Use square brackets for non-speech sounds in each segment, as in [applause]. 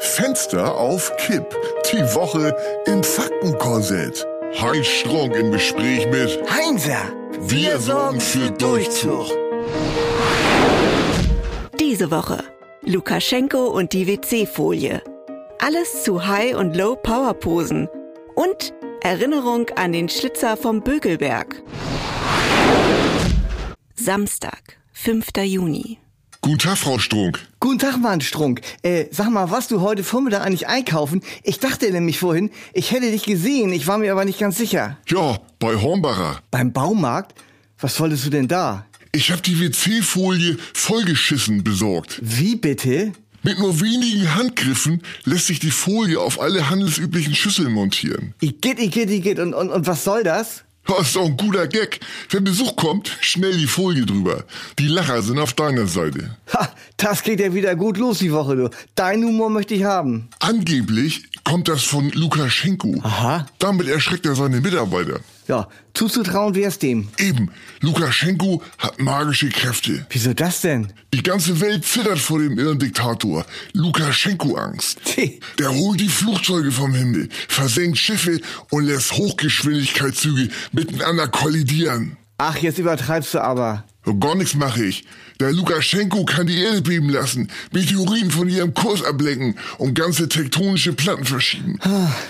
Fenster auf Kipp. Die Woche im Faktenkorsett. Heinz Strunk im Gespräch mit Heinzer, Wir sorgen für Durchzug. Diese Woche Lukaschenko und die WC-Folie. Alles zu High- und Low-Power-Posen. Und Erinnerung an den Schlitzer vom Bögelberg. Samstag, 5. Juni. Guten Tag, Frau Strunk. Guten Tag, Mann Strunk. Äh, sag mal, was du heute Vormittag eigentlich einkaufen? Ich dachte nämlich vorhin, ich hätte dich gesehen, ich war mir aber nicht ganz sicher. Ja, bei Hornbacher. Beim Baumarkt? Was wolltest du denn da? Ich hab die WC-Folie vollgeschissen besorgt. Wie bitte? Mit nur wenigen Handgriffen lässt sich die Folie auf alle handelsüblichen Schüsseln montieren. Igitt, igitt, igitt. Und, und, und was soll das? Ja, ist doch ein guter Gag. Wenn Besuch kommt, schnell die Folie drüber. Die Lacher sind auf deiner Seite. Ha, das geht ja wieder gut los die Woche, du. Dein Humor möchte ich haben. Angeblich kommt das von Lukaschenko. Aha. Damit erschreckt er seine Mitarbeiter. Ja, zuzutrauen wär's dem. Eben, Lukaschenko hat magische Kräfte. Wieso das denn? Die ganze Welt zittert vor dem irren Diktator. Lukaschenko-Angst. Tee. Der holt die Flugzeuge vom Himmel, versenkt Schiffe und lässt Hochgeschwindigkeitszüge miteinander kollidieren. Ach, jetzt übertreibst du aber. Gar nichts mache ich. Der Lukaschenko kann die Erde beben lassen, Meteoriten von ihrem Kurs ablenken und ganze tektonische Platten verschieben.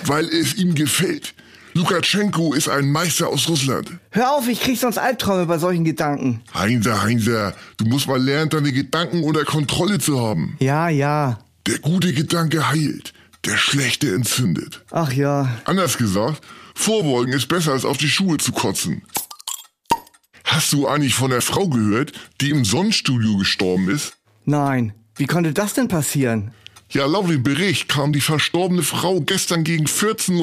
Weil es ihm gefällt. Lukaschenko ist ein Meister aus Russland. Hör auf, ich krieg sonst Albträume bei solchen Gedanken. Heinzer, Heinzer, du musst mal lernen, deine Gedanken unter Kontrolle zu haben. Ja, ja. Der gute Gedanke heilt, der schlechte entzündet. Ach ja. Anders gesagt, vorbeugen ist besser als auf die Schuhe zu kotzen. Hast du eigentlich von der Frau gehört, die im Sonnenstudio gestorben ist? Nein. Wie konnte das denn passieren? Ja, laut dem Bericht kam die verstorbene Frau gestern gegen 14.30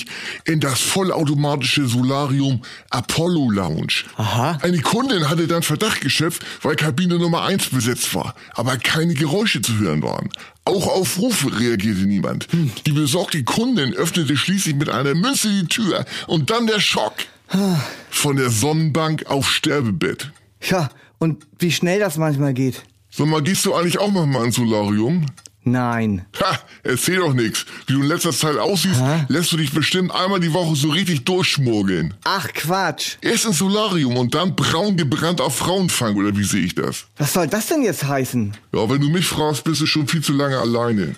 Uhr in das vollautomatische Solarium Apollo Lounge. Aha. Eine Kundin hatte dann Verdacht geschöpft, weil Kabine Nummer 1 besetzt war, aber keine Geräusche zu hören waren. Auch auf Rufe reagierte niemand. Die besorgte Kundin öffnete schließlich mit einer Münze die Tür und dann der Schock. Von der Sonnenbank auf Sterbebett. Ja, und wie schnell das manchmal geht. Sag mal, gehst du eigentlich auch manchmal ins Solarium? Nein. Ha, erzähl doch nix. Wie du in letzter Zeit aussiehst, Hä? lässt du dich bestimmt einmal die Woche so richtig durchschmurgeln. Ach Quatsch. Erst ins Solarium und dann braun gebrannt auf Frauenfang, oder wie sehe ich das? Was soll das denn jetzt heißen? Ja, wenn du mich fragst, bist du schon viel zu lange alleine.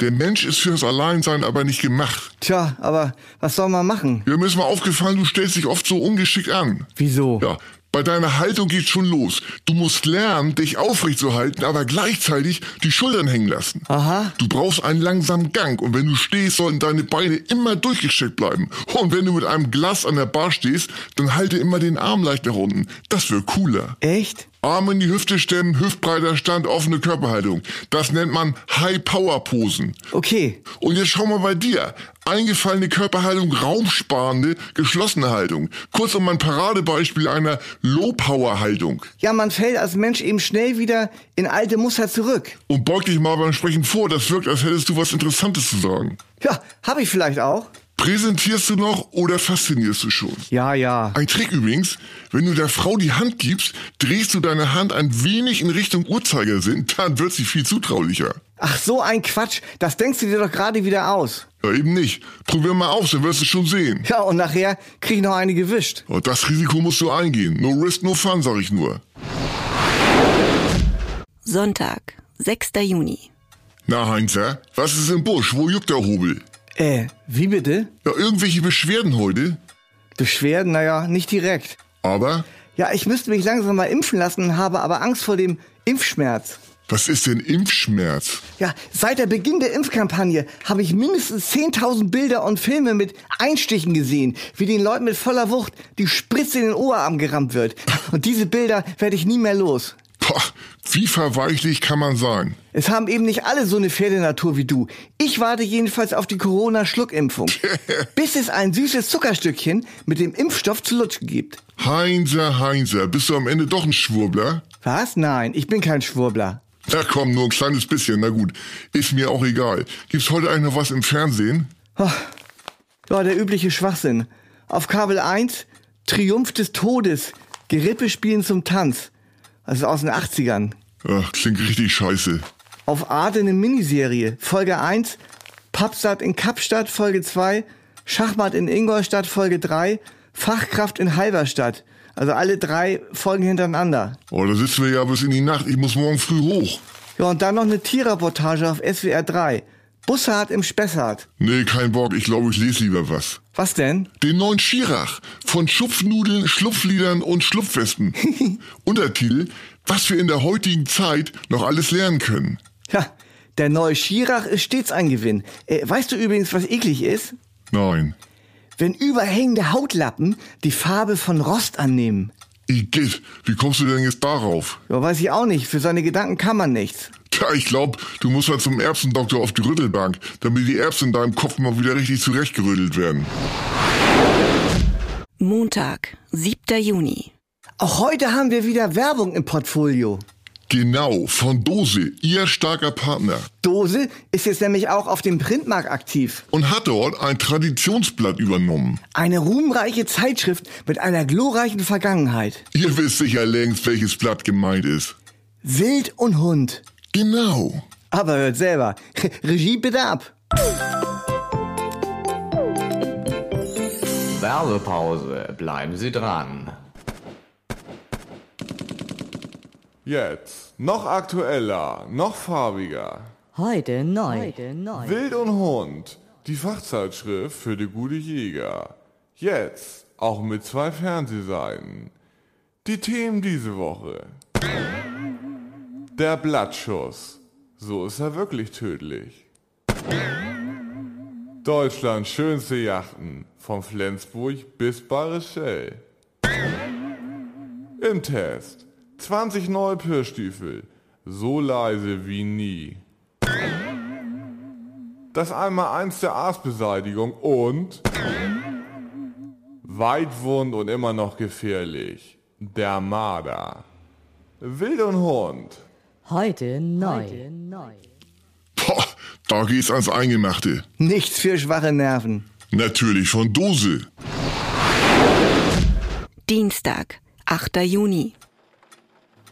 Der Mensch ist fürs Alleinsein aber nicht gemacht. Tja, aber was soll man machen? Ja, mir ist mal aufgefallen, du stellst dich oft so ungeschickt an. Wieso? Ja, bei deiner Haltung geht's schon los. Du musst lernen, dich aufrecht zu halten, aber gleichzeitig die Schultern hängen lassen. Aha. Du brauchst einen langsamen Gang und wenn du stehst, sollten deine Beine immer durchgestreckt bleiben. Und wenn du mit einem Glas an der Bar stehst, dann halte immer den Arm leicht nach unten. Das wird cooler. Echt? Arme in die Hüfte stemmen, hüftbreiter Stand, offene Körperhaltung. Das nennt man High-Power-Posen. Okay. Und jetzt schau mal bei dir. Eingefallene Körperhaltung, raumsparende, geschlossene Haltung. Kurzum ein Paradebeispiel einer Low-Power-Haltung. Ja, man fällt als Mensch eben schnell wieder in alte Muster zurück. Und beug dich mal beim Sprechen vor, das wirkt, als hättest du was Interessantes zu sagen. Ja, hab ich vielleicht auch. Präsentierst du noch oder faszinierst du schon? Ja, ja. Ein Trick übrigens, wenn du der Frau die Hand gibst, drehst du deine Hand ein wenig in Richtung Uhrzeigersinn, dann wird sie viel zutraulicher. Ach, so ein Quatsch. Das denkst du dir doch gerade wieder aus. Ja, eben nicht. Probier mal aus, dann wirst du schon sehen. Ja, und nachher krieg ich noch eine gewischt. Und das Risiko musst du eingehen. No risk, no fun, sag ich nur. Sonntag, 6. Juni. Na, Heinzer, was ist im Busch? Wo juckt der Hobel? Äh, wie bitte? Ja, irgendwelche Beschwerden heute? Beschwerden? Naja, nicht direkt. Aber, Ja, ich müsste mich langsam mal impfen lassen, habe aber Angst vor dem Impfschmerz. was ist denn Impfschmerz? Ja, seit der Beginn der Impfkampagne habe ich mindestens 10.000 Bilder und Filme mit Einstichen gesehen, wie den Leuten mit voller Wucht die Spritze in den Oberarm gerammt wird. Und diese Bilder werde ich nie mehr los. Boah, wie verweichlich kann man sein? Es haben eben nicht alle so eine Pferdenatur wie du. Ich warte jedenfalls auf die Corona-Schluckimpfung, bis es ein süßes Zuckerstückchen mit dem Impfstoff zu lutschen gibt. Heinzer, Heinzer, bist du am Ende doch ein Schwurbler? Was? Nein, ich bin kein Schwurbler. Na komm, nur ein kleines bisschen, na gut. Ist mir auch egal. Gibt's heute eigentlich noch was im Fernsehen? Ja, der übliche Schwachsinn. Auf Kabel 1, Triumph des Todes, Gerippe spielen zum Tanz. Also aus den 80ern. Ach, klingt richtig scheiße. auf Arte eine Miniserie. Folge 1, Pappstadt in Kapstadt, Folge 2, Schachmatt in Ingolstadt, Folge 3, Fachkraft in Halberstadt. Also alle drei Folgen hintereinander. Oh, da sitzen wir ja bis in die Nacht. Ich muss morgen früh hoch. Ja, und dann noch eine Tierreportage auf SWR 3. Bussard im Spessart. Nee, kein Bock. Ich glaube, ich lese lieber was. Was denn? Den neuen Schirach von Schupfnudeln, Schlupfliedern und Schlupfwespen. Untertitel, was wir in der heutigen Zeit noch alles lernen können. Ja, der neue Schirach ist stets ein Gewinn. Äh, weißt du übrigens, was eklig ist? Nein. Wenn überhängende Hautlappen die Farbe von Rost annehmen. Igitt, wie kommst du denn jetzt darauf? Ja, weiß ich auch nicht. Für seine Gedanken kann man nichts. Tja, ich glaube, du musst mal zum Erbsendoktor auf die Rüttelbank, damit die Erbsen in deinem Kopf mal wieder richtig zurechtgerüttelt werden. Montag, 7. Juni. Auch heute haben wir wieder Werbung im Portfolio. Genau, von Dose, ihr starker Partner. Dose ist jetzt nämlich auch auf dem Printmarkt aktiv. Und hat dort ein Traditionsblatt übernommen. Eine ruhmreiche Zeitschrift mit einer glorreichen Vergangenheit. Ihr wisst sicher längst, welches Blatt gemeint ist. Wild und Hund. Genau. Aber hört selber. [laughs] Regie bitte ab. Werbepause. Bleiben Sie dran. Jetzt noch aktueller, noch farbiger. Heute neu. Heute neu. Wild und Hund, die Fachzeitschrift für die gute Jäger. Jetzt auch mit zwei Fernsehseiten. Die Themen diese Woche. Der Blattschuss. So ist er wirklich tödlich. Deutschlands schönste Yachten. Von Flensburg bis Barischell. Im Test. 20 neue Pirschstiefel. So leise wie nie. Das einmal eins der Arztbeseitigung und weitwund und immer noch gefährlich. Der Marder. Wild und Hund. Heute neu. Heute neu. Boah, da geht's ans Eingemachte. Nichts für schwache Nerven. Natürlich von Dose. Dienstag, 8. Juni.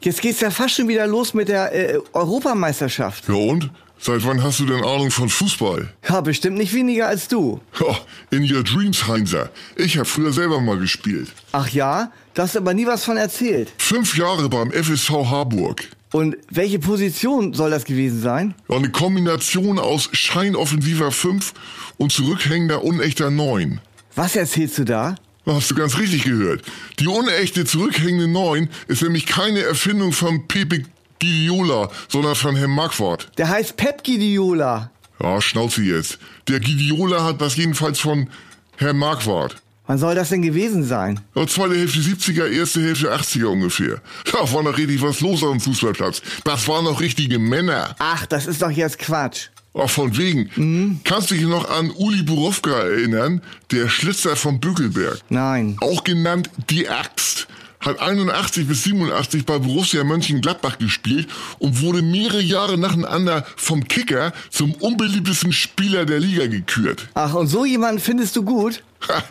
Jetzt geht's ja fast schon wieder los mit der äh, Europameisterschaft. Ja und? Seit wann hast du denn Ahnung von Fußball? Ja, bestimmt nicht weniger als du. Ha, in your dreams, Heinzer. Ich habe früher selber mal gespielt. Ach ja, da hast du aber nie was von erzählt. Fünf Jahre beim FSV Harburg. Und welche Position soll das gewesen sein? War eine Kombination aus scheinoffensiver 5 und zurückhängender unechter 9. Was erzählst du da? Hast du ganz richtig gehört. Die unechte zurückhängende 9 ist nämlich keine Erfindung von Pepe Gidiola, sondern von Herrn Marquardt. Der heißt Pep Guardiola. Ja, Schnauze jetzt. Der Gidiola hat das jedenfalls von Herrn Marquardt. Wann soll das denn gewesen sein? Ja, zweite Hälfte 70er, erste Hälfte 80er ungefähr. Da war noch richtig was los auf dem Fußballplatz. Das waren noch richtige Männer. Ach, das ist doch jetzt Quatsch. Ach, von wegen. Kannst du dich noch an Uli Borowka erinnern? Der Schlitzer vom Bückelberg. Nein. auch genannt die Axt, hat 81 bis 87 bei Borussia Mönchengladbach gespielt und wurde mehrere Jahre nacheinander vom Kicker zum unbeliebtesten Spieler der Liga gekürt. Ach, und so jemanden findest du gut? [laughs] Ha,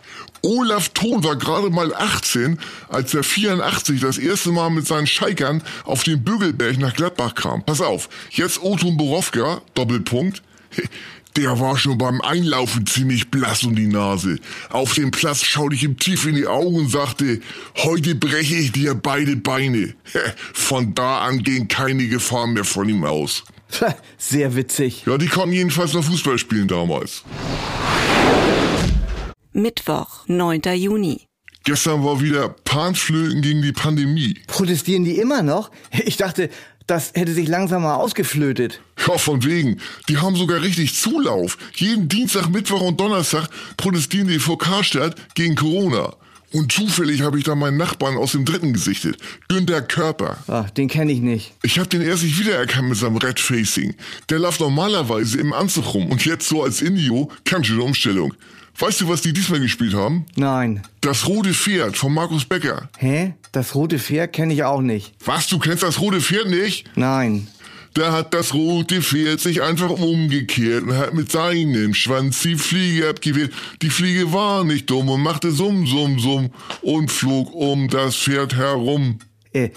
Olaf Thon war gerade mal 18, als er 84 das erste Mal mit seinen Scheikern auf den Bügelberg nach Gladbach kam. Pass auf, jetzt Oton Borowka, Doppelpunkt. Der war schon beim Einlaufen ziemlich blass um die Nase. Auf dem Platz schaute ich ihm tief in die Augen und sagte, heute breche ich dir beide Beine. Von da an ging keine Gefahr mehr von ihm aus. Pff, Sehr witzig. Ja, die konnten jedenfalls noch Fußball spielen damals. Mittwoch, 9. Juni. Gestern war wieder Panflöten gegen die Pandemie. Protestieren die immer noch? Ich dachte, das hätte sich langsam mal ausgeflötet. Ja, von wegen. Die haben sogar richtig Zulauf. Jeden Dienstag, Mittwoch und Donnerstag protestieren die vor Karstadt gegen Corona. Und zufällig habe ich da meinen Nachbarn aus dem Dritten gesichtet. Günter Körper. Ach, den kenne ich nicht. Ich habe den erst nicht wiedererkannt mit seinem Red Facing. Der läuft normalerweise im Anzug rum und jetzt so als Indio, ganz schöne Umstellung. Weißt du, was die diesmal gespielt haben? Nein. Das rote Pferd von Markus Becker. Hä? Das rote Pferd kenne ich auch nicht. Was, du kennst das rote Pferd nicht? Nein. Da hat das rote Pferd sich einfach umgekehrt und hat mit seinem Schwanz die Fliege abgewehrt. Die Fliege war nicht dumm und machte Summ, Summ, Summ und flog um das Pferd herum. Äh,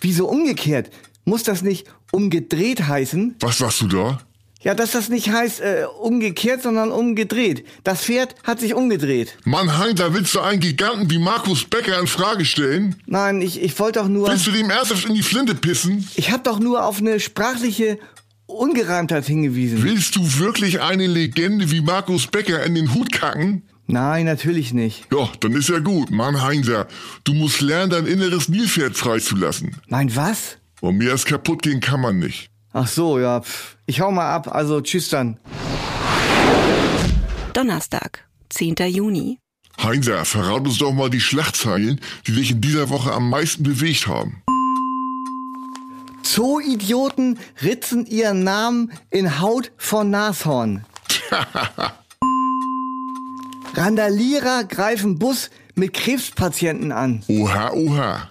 wieso umgekehrt? Muss das nicht umgedreht heißen, Was sagst du da? ja, dass das nicht heißt äh, umgekehrt, sondern umgedreht. Das Pferd hat sich umgedreht. Mannheim, da willst du einen Giganten wie Markus Becker in Frage stellen? Nein, ich, ich wollte doch nur, Willst du dem ernsthaft in die Flinte pissen? ich habe doch nur auf eine sprachliche Ungereimtheit hingewiesen. Willst du wirklich eine Legende wie Markus Becker in den Hut kacken? Nein, natürlich nicht. Ja, dann ist ja gut, Mann Heinser. Du musst lernen, dein inneres Nilpferd freizulassen. Nein, was? Und mir das kaputt gehen kann man nicht. Ach so, ja. Pff. Ich hau mal ab, also tschüss dann. Donnerstag, 10. Juni. Heinser, verrat uns doch mal die Schlagzeilen, die dich in dieser Woche am meisten bewegt haben. Zoo-Idioten ritzen ihren Namen in Haut von Nashorn. Randalierer greifen Bus mit Krebspatienten an. Oha, oha.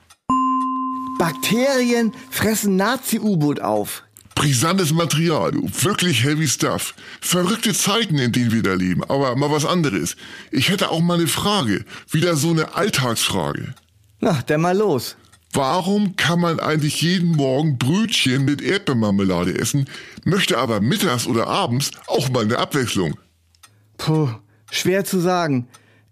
Bakterien fressen Nazi-U-Boot auf. Brisantes Material, wirklich heavy stuff. Verrückte Zeiten, in denen wir da leben, aber mal was anderes. Ich hätte auch mal eine Frage, wieder so eine Alltagsfrage. Na, dann mal los. Warum kann man eigentlich jeden Morgen Brötchen mit Erdbeermarmelade essen, möchte aber mittags oder abends auch mal eine Abwechslung? Puh, schwer zu sagen.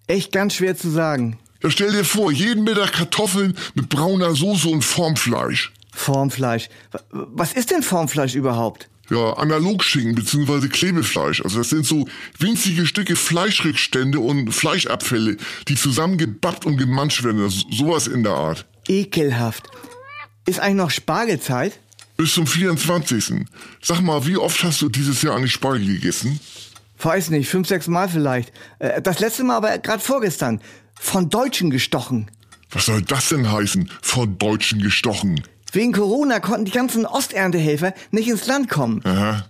Echt ganz schwer zu sagen. Ja, stell dir vor, jeden Mittag Kartoffeln mit brauner Soße und Formfleisch. Formfleisch. W- Was ist denn Formfleisch überhaupt? Ja, Analogschinken bzw. Klebefleisch. Also das sind so winzige Stücke Fleischrückstände und Fleischabfälle, die zusammengebappt und gemanscht werden. Das, sowas in der Art. Ekelhaft. Ist eigentlich noch Spargelzeit? Bis zum 24. Sag mal, wie oft hast du dieses Jahr eigentlich Spargel gegessen? Weiß nicht, fünf, sechs Mal vielleicht. Äh, Das letzte Mal aber gerade vorgestern. Von Deutschen gestochen. Was soll das denn heißen? Von Deutschen gestochen. Wegen Corona konnten die ganzen Osterntehelfer nicht ins Land kommen.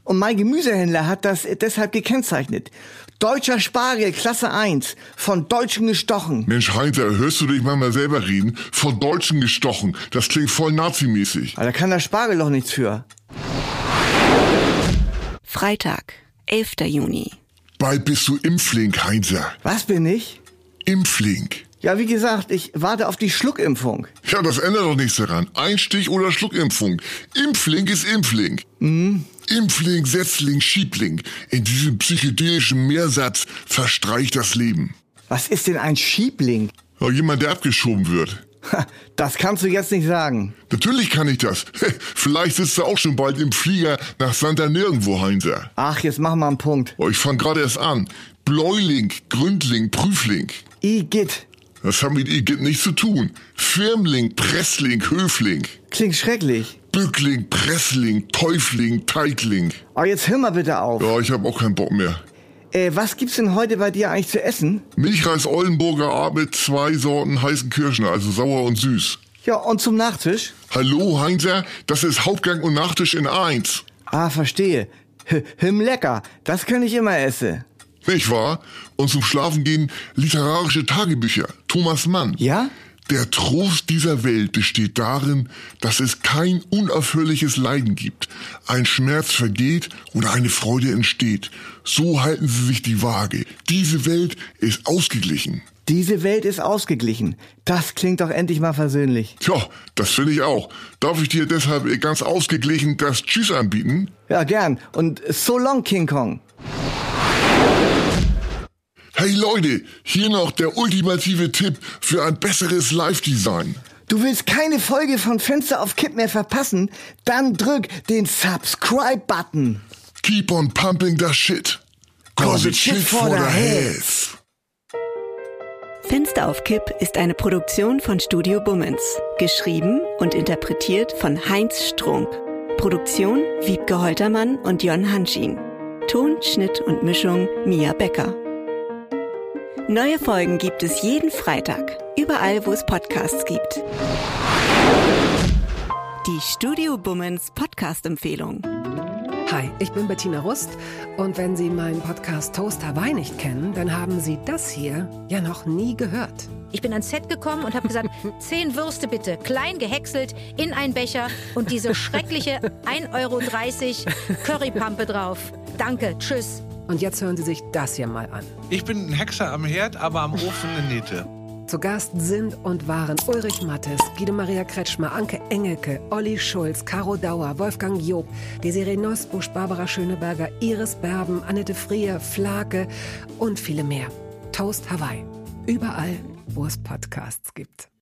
Und mein Gemüsehändler hat das äh, deshalb gekennzeichnet. Deutscher Spargel, Klasse 1, von Deutschen gestochen. Mensch, Heinzer, hörst du dich manchmal selber reden? Von Deutschen gestochen. Das klingt voll nazimäßig. Aber da kann der Spargel doch nichts für. Freitag, 11. Juni. Bald bist du Impfling, Heinzer. Was bin ich? Impfling. Ja, wie gesagt, ich warte auf die Schluckimpfung. Ja, das ändert doch nichts daran. Einstich oder Schluckimpfung. Impfling ist Impfling. Impfling, Setzling, Schiebling. In diesem psychedelischen Mehrsatz verstreicht das Leben. Was ist denn ein Schiebling? Ja, jemand, der abgeschoben wird. Ha, Das kannst du jetzt nicht sagen. Natürlich kann ich das. [laughs] Vielleicht sitzt er auch schon bald im Flieger nach Santa Nirgendwo, Heinzer. Ach, jetzt mach mal einen Punkt. Oh, ich fang gerade erst an. Bläuling, Gründling, Prüfling. Igitt. Das haben mit Igitt nichts zu tun. Firmling, Pressling, Höfling. Klingt schrecklich. Bückling, Pressling, Täufling, Teigling. Aber jetzt hör mal bitte auf. Ja, ich habe auch keinen Bock mehr. Äh, was gibt's denn heute bei dir eigentlich zu essen? Milchreis Oldenburger Art mit zwei Sorten heißen Kirschen, also sauer und süß. Ja, und zum Nachtisch? Hallo Heinzer, das ist Hauptgang und Nachtisch in eins. Ah, verstehe. H Him lecker. Das kann ich immer essen. Nicht wahr? Und zum Schlafen gehen literarische Tagebücher. Thomas Mann. Ja? Der Trost dieser Welt besteht darin, dass es kein unaufhörliches Leiden gibt. Ein Schmerz vergeht oder eine Freude entsteht. So halten sie sich die Waage. Diese Welt ist ausgeglichen. Diese Welt ist ausgeglichen. Das klingt doch endlich mal versöhnlich. Tja, das finde ich auch. Darf ich dir deshalb ganz ausgeglichen das Tschüss anbieten? Ja, gern. Und so long, King Kong. Hey Leute, hier noch der ultimative Tipp für ein besseres Live-Design. Du willst keine Folge von Fenster auf Kipp mehr verpassen? Dann drück den Subscribe-Button. Keep on pumping the shit. Cause it's shit for the health. Fenster auf Kipp ist eine Produktion von Studio Bummens. Geschrieben und interpretiert von Heinz Strunk. Produktion Wiebke Holtermann und Jon Hanschin. Ton, Schnitt und Mischung Mia Becker. Neue Folgen gibt es jeden Freitag, überall wo es Podcasts gibt. Die Studio Bummens Podcast-Empfehlung. Hi, ich bin Bettina Rust und wenn Sie meinen Podcast Toast Hawaii nicht kennen, dann haben Sie das hier ja noch nie gehört. Ich bin ans Set gekommen und habe gesagt, zehn Würste bitte, klein gehäckselt, in einen Becher und [laughs] diese schreckliche 1,30 Euro Currypampe drauf. Danke, tschüss. Und jetzt hören Sie sich das hier mal an. Ich bin ein Hexer am Herd, aber am Ofen eine Niete. Zu Gast sind und waren Ulrich Mattes, Guido Maria Kretschmer, Anke Engelke, Olli Schulz, Caro Dauer, Wolfgang Job, Desiree Neusbusch, Barbara Schöneberger, Iris Berben, Annette Frier, Flake und viele mehr. Toast Hawaii. Überall, wo es Podcasts gibt.